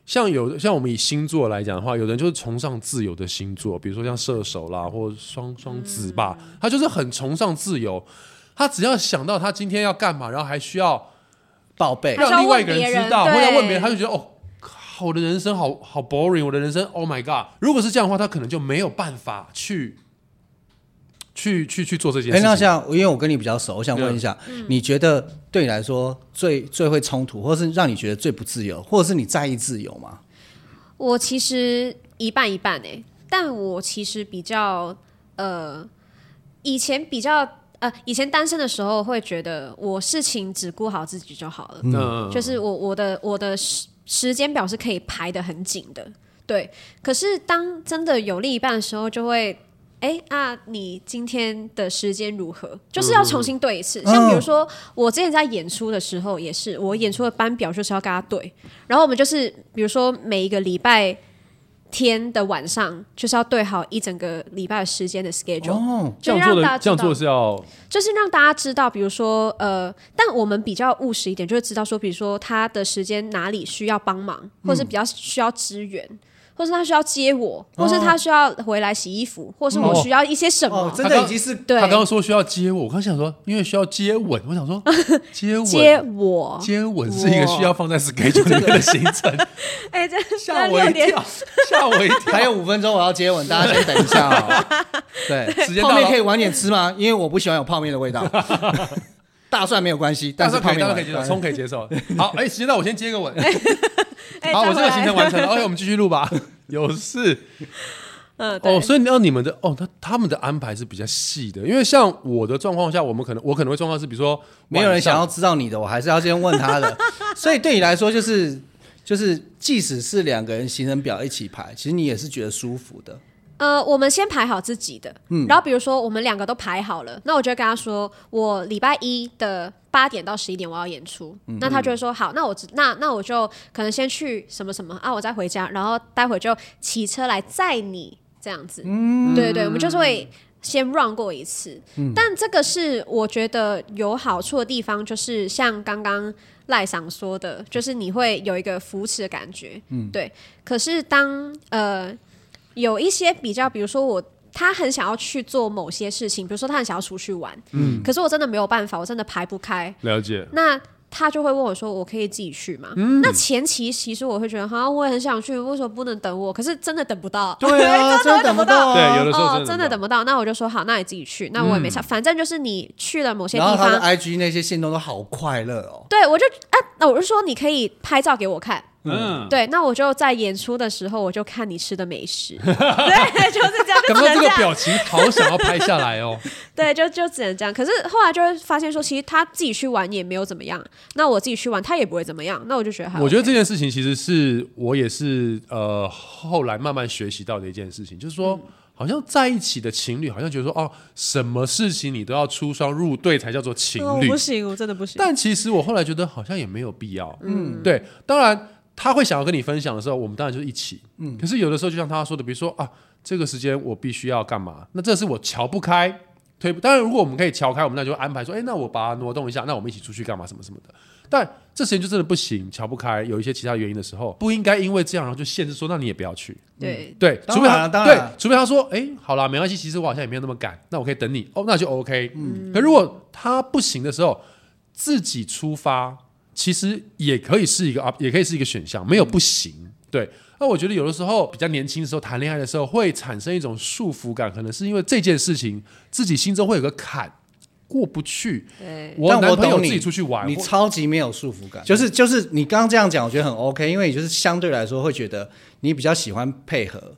Speaker 3: 像有的像我们以星座来讲的话，有的人就是崇尚自由的星座，比如说像射手啦，或双双子吧，他就是很崇尚自由。他只要想到他今天要干嘛，然后还需要
Speaker 1: 报备 (laughs)
Speaker 2: 还，是要
Speaker 3: 让另外一个人知道，
Speaker 2: 问
Speaker 3: 或
Speaker 2: 别人
Speaker 3: 要问
Speaker 2: 对
Speaker 3: 别人，他就觉得哦，靠我的人生好好 boring，我的人生 Oh my God！如果是这样的话，他可能就没有办法去去去去做这件
Speaker 1: 哎，
Speaker 3: 事情。
Speaker 1: 那像因为我跟你比较熟，我想问一下，
Speaker 3: 嗯
Speaker 1: 你觉得对你来说最最会冲突，或是让你觉得最不自由，或者是你在意自由吗？
Speaker 2: (laughs) 我其实一半一半哎、但我其实比较呃，以前比较呃，以前单身的时候会觉得我事情只顾好自己就好了，
Speaker 3: 嗯
Speaker 2: 就是我我的我的时时间表是可以排得很紧的，对。可是当真的有另一半的时候，就会。哎啊，你今天的时间如何？就是要重新对一次。
Speaker 1: 嗯
Speaker 2: 像比如说，我之前在演出的时候也是，我演出的班表就是要跟他对。然后我们就是，比如说每一个礼拜天的晚上，就是要对好一整个礼拜的时间的 schedule，、
Speaker 1: 哦，
Speaker 3: 这
Speaker 2: 就
Speaker 3: 样
Speaker 2: 让
Speaker 3: 做
Speaker 2: 大家
Speaker 3: 的
Speaker 2: 知
Speaker 3: 这样做
Speaker 2: 道
Speaker 3: 是要
Speaker 2: 就是让大家知道，比如说，呃，但我们比较务实一点，就会知道说，比如说他的时间哪里需要帮忙，或
Speaker 3: 嗯
Speaker 2: 是比较需要支援，
Speaker 3: 哦
Speaker 2: 或是他需要接我，或是他需要回来洗衣服，或是我需要一些什么。
Speaker 1: 哦，真的已经
Speaker 3: (laughs)
Speaker 1: 是
Speaker 2: 对
Speaker 3: 他，刚刚说需要接吻，我刚想说，因为需要接吻，我
Speaker 2: (laughs)
Speaker 3: 想说接吻
Speaker 2: 接我，
Speaker 3: 接吻是一个需要放在 schedule 里面的行
Speaker 2: (laughs)
Speaker 3: 程，
Speaker 2: 哎，这
Speaker 3: 吓我一跳， (laughs) 吓我一跳。
Speaker 1: 还有五分钟我要接吻，大家先等一下
Speaker 3: (laughs)
Speaker 1: 哦。对，
Speaker 3: 时间到
Speaker 1: 泡
Speaker 3: 了
Speaker 1: 面可以晚点吃吗？因为我不喜欢有泡面的味
Speaker 3: (laughs)
Speaker 1: 道。大蒜没有关系，但
Speaker 3: (laughs) 但
Speaker 1: 是
Speaker 3: 是可
Speaker 1: 泡
Speaker 3: 以，
Speaker 1: 面
Speaker 3: 大家可以接受，葱可以
Speaker 1: (laughs)
Speaker 3: 接受。好，哎，时间到，我先接
Speaker 2: (laughs)
Speaker 3: 个吻。
Speaker 2: 哎，
Speaker 3: 好，我这
Speaker 2: 再
Speaker 3: 个
Speaker 2: 回
Speaker 3: 行
Speaker 2: 来
Speaker 3: 程完成了。OK，我们继续哎录
Speaker 1: (laughs)
Speaker 3: 吧。有事
Speaker 2: (laughs) 嗯，对
Speaker 3: 哦，，所以你要你们的哦，他他们的安排是比较细的，因为像我的状况下，我们可能我可能会状况是，比如说
Speaker 1: 没有人想要
Speaker 3: 晚上
Speaker 1: 知道你的，我还是要先问他 (laughs) 的。所以对你来说，就是就是，即使是两个人行程表一起排，其实你也是觉得舒服的。
Speaker 2: 呃，我们先排好自己的，然后比如说我们两个都排好了，那我就会跟他说，我礼拜一的八点到十一点我要演出，那他就会说好，那我只那那我就可能先去什么什么啊，我再回家，然后待会就骑车来载你。这样子。对对，我们就是会先 run 过一次。但这个是我觉得有好处的地方，就是像刚刚赖桑说的，就是你会有一个扶持的感觉。对。可是当呃有一些比较，比如说我。他很想要去做某些事情，比如说他很想要出去玩，可是我真的没有办法，我真的排不开，
Speaker 3: 了解，
Speaker 2: 那他就会问我说：“我可以自己去吗？”那前期其实我会觉得，哈，我也很想去，为什么不能等我？可是真的等不到。
Speaker 1: 对 (laughs) 啊，真的等不到
Speaker 3: 对，有
Speaker 1: 啊。
Speaker 3: 的时候
Speaker 2: 哦，真
Speaker 3: 的
Speaker 2: 的等不到，那我就说好，那你自己去，那我也没差，反正就是你去了某些
Speaker 1: 然后
Speaker 2: 地
Speaker 1: 他的啊
Speaker 2: 方，
Speaker 1: IG 那些线动都好快乐哦，
Speaker 2: 对我就啊，那我就说你可以拍照给我看，
Speaker 3: 嗯，
Speaker 2: 对，那我就在演出的时候，我就看你吃的美食，对，就是这样，就
Speaker 3: 刚
Speaker 2: 只
Speaker 3: 刚
Speaker 2: 能
Speaker 3: 这
Speaker 2: 这
Speaker 3: 个
Speaker 2: 样，
Speaker 3: 表情好想要拍下
Speaker 2: (laughs)
Speaker 3: 来哦，
Speaker 2: 对，就就只能这样。可是后来就会发现说，其实他自己去玩也没有怎么样，那我自己去玩他也不会怎么样，那我就觉得还
Speaker 3: 我
Speaker 2: OK，
Speaker 3: 觉得这件事情其实是我也是呃后来慢慢学习到的一件事情，就是说。
Speaker 2: 嗯
Speaker 3: 好像在一起的情侣，好像觉得说哦，什么事情你都要出双入对才叫做情
Speaker 2: 哦
Speaker 3: 侣。
Speaker 2: 我不行，我真的不行。
Speaker 3: 但其实我后来觉得好像也没有必要。嗯，对，当然他会想要跟你分享的时候，我们当然就是一起。嗯，可是有的时候就像他说的，比如说啊，这个时间我必须要干嘛，那这是我瞧不开。推不当然，如果我们可以瞧开，我们那就安排说，哎，那我把它挪动一下，那我们一起出去干嘛，什么什么的。但这时间就真的不行，瞧不开，有一些其他原因的时候，不应该因为这样然后就限制说，那你也不要去。
Speaker 2: 对，
Speaker 3: 对，
Speaker 1: 当
Speaker 3: 除非
Speaker 1: 然
Speaker 3: 他
Speaker 1: 当
Speaker 3: 对
Speaker 1: 然，
Speaker 3: 除非他说，哎，好啦，没关系，其实我好像也没有那么赶，那我可以等你，哦，那就 OK。嗯，可如果他不行的时候，自己出发，其实也可以是一个啊，也可以是一个选项，没有不
Speaker 1: 嗯
Speaker 3: 行。对，那我觉得有的时候比较年轻的时候谈恋爱的时候，会产生一种束缚感，可能是因为这件事情自己心中会有个坎过不去。
Speaker 2: 对，
Speaker 3: 我
Speaker 1: 但我
Speaker 3: 男朋友
Speaker 1: 懂
Speaker 3: 自
Speaker 1: 你
Speaker 3: 己出去玩，
Speaker 1: 你
Speaker 3: 或
Speaker 1: 超级没有束缚感，就是就是你刚刚这样讲，我觉得很 OK，因为你就是相对来说会觉得你比较喜欢配合，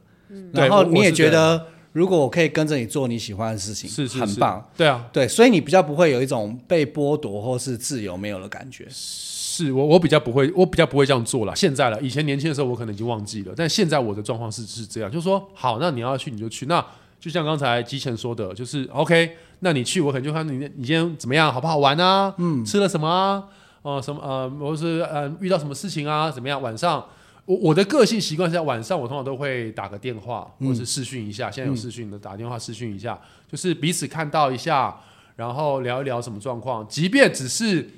Speaker 1: 然后
Speaker 3: 对我
Speaker 1: 你
Speaker 3: 我
Speaker 1: 也
Speaker 3: 是
Speaker 1: 觉
Speaker 3: 这
Speaker 1: 得如果我可以跟着你做你喜欢的事情，
Speaker 3: 是是
Speaker 1: 很
Speaker 3: 是
Speaker 1: 棒。，
Speaker 3: 对啊，
Speaker 1: 对，所以你比较不会有一种被剥夺或是自由没有的感觉。
Speaker 3: 是我我比较不会，我比较不会这样做了。现在了，以前年轻的时候我可能已经忘记了，但现在我的状况是是这样，就是说好，那你要去你就去，那就像刚才基前说的，就是 OK，那你去我可能就看你你今天怎么样，好不好玩啊？嗯，吃了什么啊？哦、什么呃，或是呃遇到什么事情啊？怎么样？晚上。我我的个性习惯是在晚上，我通常都会打个电话，或
Speaker 1: 嗯
Speaker 3: 是视讯一下。现在有视讯的，打电话视讯一下，就是彼此看到一下，然后聊一聊什么状况。即便只是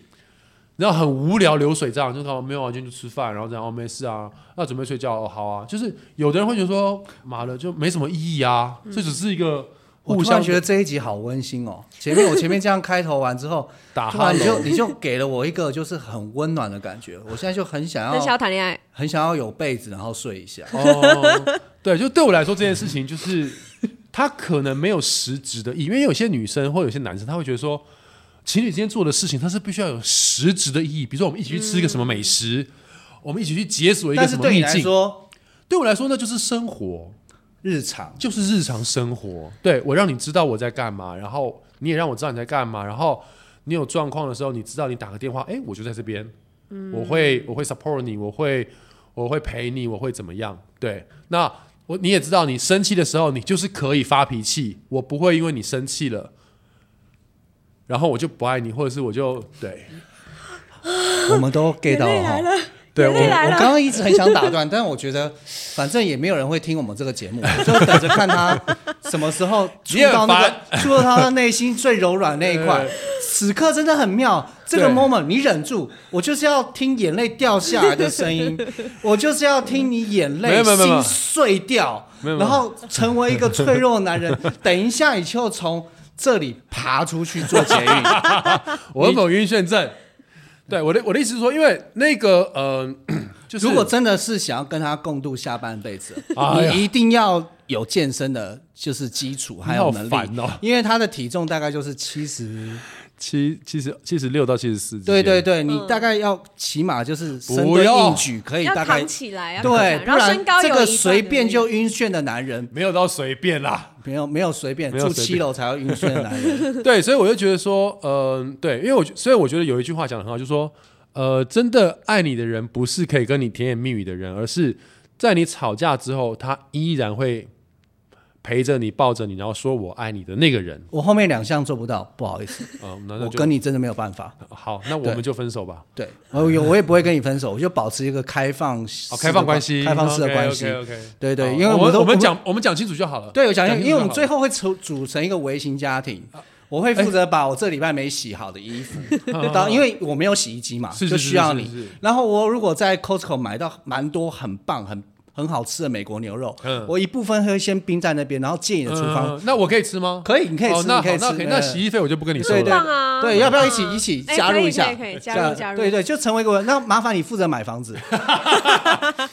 Speaker 3: 然后很无聊流水账，就是哦没有啊，今天就吃饭，然后这样哦没事啊，那准备睡觉哦好啊，就是有的人会觉得说妈的就没什么意义啊，这只是一个
Speaker 1: 我
Speaker 3: 互
Speaker 1: 突然
Speaker 3: 相
Speaker 1: 觉得这一集好温馨哦。前面我前面这样开头完之 (laughs) 后，
Speaker 3: 打
Speaker 1: 突
Speaker 3: 哈
Speaker 1: 然你就
Speaker 3: 喽，
Speaker 1: 你就给了我一个就是很温暖的感觉。我现在就很想
Speaker 2: 很想
Speaker 1: 要
Speaker 2: 要谈恋爱，
Speaker 1: 很想要有被子，然后睡一下。
Speaker 3: 哦，对，就对我来说这件事情就是
Speaker 1: (laughs)
Speaker 3: 它可能没有实质的意义，因为有些女生或有些男生他会觉得说情侣之间做的事情它是必须要有实质的意义，比如说我们一起去吃一个什么美食，我们一起去解锁一
Speaker 1: 嗯
Speaker 3: 个
Speaker 1: 但
Speaker 3: 什
Speaker 1: 是
Speaker 3: 么
Speaker 1: 对你
Speaker 3: 秘
Speaker 1: 来
Speaker 3: 境，
Speaker 1: 说，
Speaker 3: 对我来说那就是生活。
Speaker 1: 日常
Speaker 3: 就是日常生活。对我让你知道我在干嘛，然后你也让我知道你在干嘛，然后你有状况的时候，你知道你打个电话，哎，我就在这边，
Speaker 1: 嗯
Speaker 3: 我会我会 support 你，我会我会陪你，我会怎么样？对，那我你也知道，你生气的时候，你就是可以发脾气，我不会因为你生气了。然后我就不爱你，或者是我就对
Speaker 1: 我们都 get 到了哈。
Speaker 3: 对
Speaker 1: 我
Speaker 3: 我
Speaker 1: 我刚刚一直很想打断， (laughs) 但我觉得反正也没有人会听我们这个
Speaker 3: (laughs)
Speaker 1: 节目，就等着看他什么时候触
Speaker 3: 你很
Speaker 1: 到那个触到他的内心最柔软那一块
Speaker 3: (laughs) 对。
Speaker 1: 此刻真的很妙，这个
Speaker 3: 对
Speaker 1: moment 你忍住，我就是要听眼泪掉下来的声
Speaker 3: (laughs)
Speaker 1: 音，我就是要听你眼
Speaker 3: 没
Speaker 1: 泪
Speaker 3: 有没有没有
Speaker 1: 心碎掉
Speaker 3: 没有，没
Speaker 1: 然
Speaker 3: 有
Speaker 1: 后成为一个脆弱的
Speaker 3: (laughs)
Speaker 1: 男人。等一下，你就从这里爬出去做捷运。
Speaker 3: 我有没有晕眩症？对我的我的意思是说，因为那个呃，就是
Speaker 1: 如果真的是想要跟他共度下半辈子，
Speaker 3: 哎呀
Speaker 1: 你一定要有健身的，就是基础还有能
Speaker 3: 你好烦
Speaker 1: 力，
Speaker 3: 哦
Speaker 1: 因为他的体重大概就是七十，
Speaker 3: 七七十七十六到七十四，
Speaker 1: 对对对，你大概要起码就是深
Speaker 3: 不
Speaker 1: 蹲
Speaker 3: 要
Speaker 1: 硬举可以
Speaker 2: 要
Speaker 1: 哎大概
Speaker 2: 扛起来，嗯要扛起
Speaker 1: 对
Speaker 2: 来，
Speaker 1: 不
Speaker 2: 然后身高
Speaker 1: 这
Speaker 2: 有
Speaker 1: 个
Speaker 2: 一半
Speaker 1: 随
Speaker 2: 而
Speaker 1: 便
Speaker 2: 已
Speaker 1: 就晕眩的男人，
Speaker 3: 没有到随便
Speaker 1: (laughs)
Speaker 3: 啦。
Speaker 1: 没有没有随便
Speaker 3: 没有
Speaker 1: 住
Speaker 3: 随
Speaker 1: 七
Speaker 3: 便
Speaker 1: 楼才要晕眩的男
Speaker 3: (laughs)
Speaker 1: 人，
Speaker 3: 对，所以我就觉得说，嗯、对，因为我所以我觉得有一句话讲的很好，就是说，呃，真的爱你的人不是可以跟你甜言蜜语的人，而是在你吵架之后，他依然会陪着你、抱着你，然后说我爱你的那个人，
Speaker 1: 我后面两项做不到，不好意思，
Speaker 3: 嗯，那那
Speaker 1: 我
Speaker 3: 就
Speaker 1: 跟你真的没有办
Speaker 3: (laughs)
Speaker 1: 法。
Speaker 3: 好，那我
Speaker 1: 对
Speaker 3: 们就分手吧。
Speaker 1: 对，我有我也不会跟你分手，我就保持一个开放式
Speaker 3: 哦，
Speaker 1: 的、
Speaker 3: 开放关系，
Speaker 1: 开放式的关系。
Speaker 3: OK，, o k
Speaker 1: 对对因为
Speaker 3: 我
Speaker 1: 我
Speaker 3: 们
Speaker 1: 都
Speaker 3: 我
Speaker 1: 我
Speaker 3: 们讲我们讲清楚就好了。啊
Speaker 1: 对，我讲一下，
Speaker 3: 清楚
Speaker 1: 因为我们
Speaker 3: 就好
Speaker 1: 最后会组组成一个微型家庭，我会负责把我这礼拜没洗好的衣服， (laughs) 到因为我没有洗衣机嘛，
Speaker 3: 哎哦是
Speaker 1: 就是需要
Speaker 3: 是
Speaker 1: 你
Speaker 3: 是是。
Speaker 1: 然后我如果在 Costco 买到蛮多很棒、很很好吃的美国牛肉
Speaker 3: 嗯，
Speaker 1: 我一部分会先冰在那边，然后借你的厨房。
Speaker 3: 嗯那我可以吃吗？
Speaker 1: 可以，你可以
Speaker 3: 哦
Speaker 1: 吃，
Speaker 3: 那
Speaker 1: 你可
Speaker 3: 好，
Speaker 1: 以
Speaker 3: 那可
Speaker 1: 吃
Speaker 3: 以，。
Speaker 1: 呃
Speaker 3: 那洗衣费我就不跟你收
Speaker 1: 对对
Speaker 3: 了。
Speaker 2: 棒啊
Speaker 1: 对，
Speaker 2: 很
Speaker 1: 要不要一
Speaker 2: 棒
Speaker 1: 起
Speaker 2: 啊
Speaker 1: 一起
Speaker 2: 哎
Speaker 1: 加
Speaker 2: 可
Speaker 1: 入
Speaker 2: 以
Speaker 1: 一下？
Speaker 2: 可以可以
Speaker 1: 这
Speaker 2: 加入
Speaker 1: 样
Speaker 2: 加入 (laughs)
Speaker 1: 对对，就成为一个那麻烦你负责买房
Speaker 3: (laughs)
Speaker 1: 子，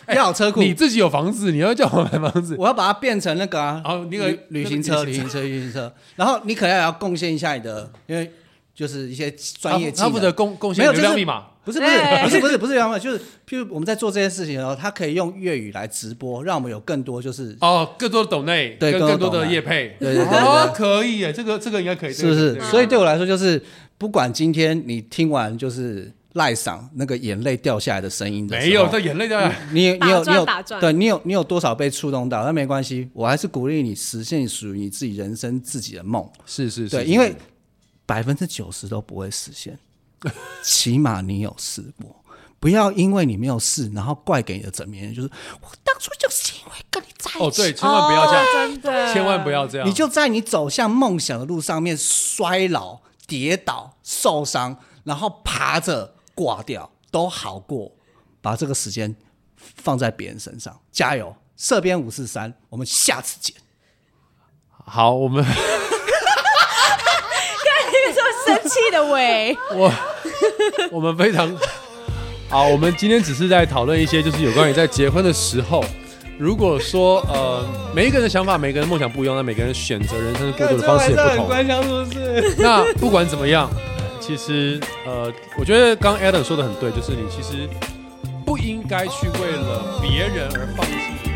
Speaker 1: 要有车库，
Speaker 3: 你自己有房子，你要叫我买房子。
Speaker 1: 我要把它变成那个啊，
Speaker 3: 哦那个
Speaker 1: 旅旅
Speaker 3: 那个
Speaker 1: 行
Speaker 3: 旅
Speaker 1: 车、
Speaker 3: 行
Speaker 1: 旅行车、旅行车，然后你可能也要贡献一下你的，因为就是一些专业技
Speaker 3: 他他负责
Speaker 1: 能。
Speaker 3: 贡贡
Speaker 1: 没
Speaker 3: 献
Speaker 1: 有
Speaker 3: 流
Speaker 1: 就
Speaker 3: 量
Speaker 1: 是
Speaker 3: 密码。
Speaker 1: 不是不是
Speaker 2: 哎
Speaker 1: 不是不是不是这样的，就是譬如我们在做这件事情的时候，他可以用粤语来直播，让我们有更多就是
Speaker 3: 哦，更多的抖内，
Speaker 1: 对
Speaker 3: 跟
Speaker 1: 更
Speaker 3: 更
Speaker 1: 多
Speaker 3: 多的
Speaker 1: 抖内
Speaker 3: 业配，
Speaker 1: 对对对对
Speaker 3: 哦，可以耶，这个这个应该可以，
Speaker 1: 是不
Speaker 3: 这
Speaker 1: 是？
Speaker 3: 个
Speaker 1: 所以对我来说，就是不管今天你听完就是赖嗓那个眼泪掉下来的声音的时候
Speaker 3: 没有，这眼泪掉下来。
Speaker 1: 你你有
Speaker 2: 打转
Speaker 1: 你有
Speaker 2: 打转
Speaker 1: 对你有你有多少被触动到？那没关系，我还是鼓励你实现属于你自己人生自己的梦。
Speaker 3: 是是
Speaker 1: 对，因为百分之九十都不会实现， (laughs) 起码你有试过。不要因为你没有试，然后怪给你的枕边人，就是我当初就是因为跟你在
Speaker 3: 哦，
Speaker 1: 一起，
Speaker 3: 对，千万不要这样，
Speaker 2: 哎真的
Speaker 3: 千万不要这样。
Speaker 1: 你就在你走向梦想的路上面衰老、跌倒、受伤，然后爬着挂掉都好过，把这个时间放在别人身上，加油！社编五四三，我们下次见。
Speaker 3: 好，我们
Speaker 4: 这么生气的喂。
Speaker 3: 我 (laughs) 我们非常好，我们今天只是在讨论一些，就是有关于在结婚的时候，如果说呃，每一个人的想法、每个人的梦想不一样，那每个人选择人生的过渡的方式也不同。
Speaker 1: 相是不是？
Speaker 3: 那不管怎么样，其实呃，我觉得刚刚 Adam 说的很对，就是你其实不应该去为了别人而放弃。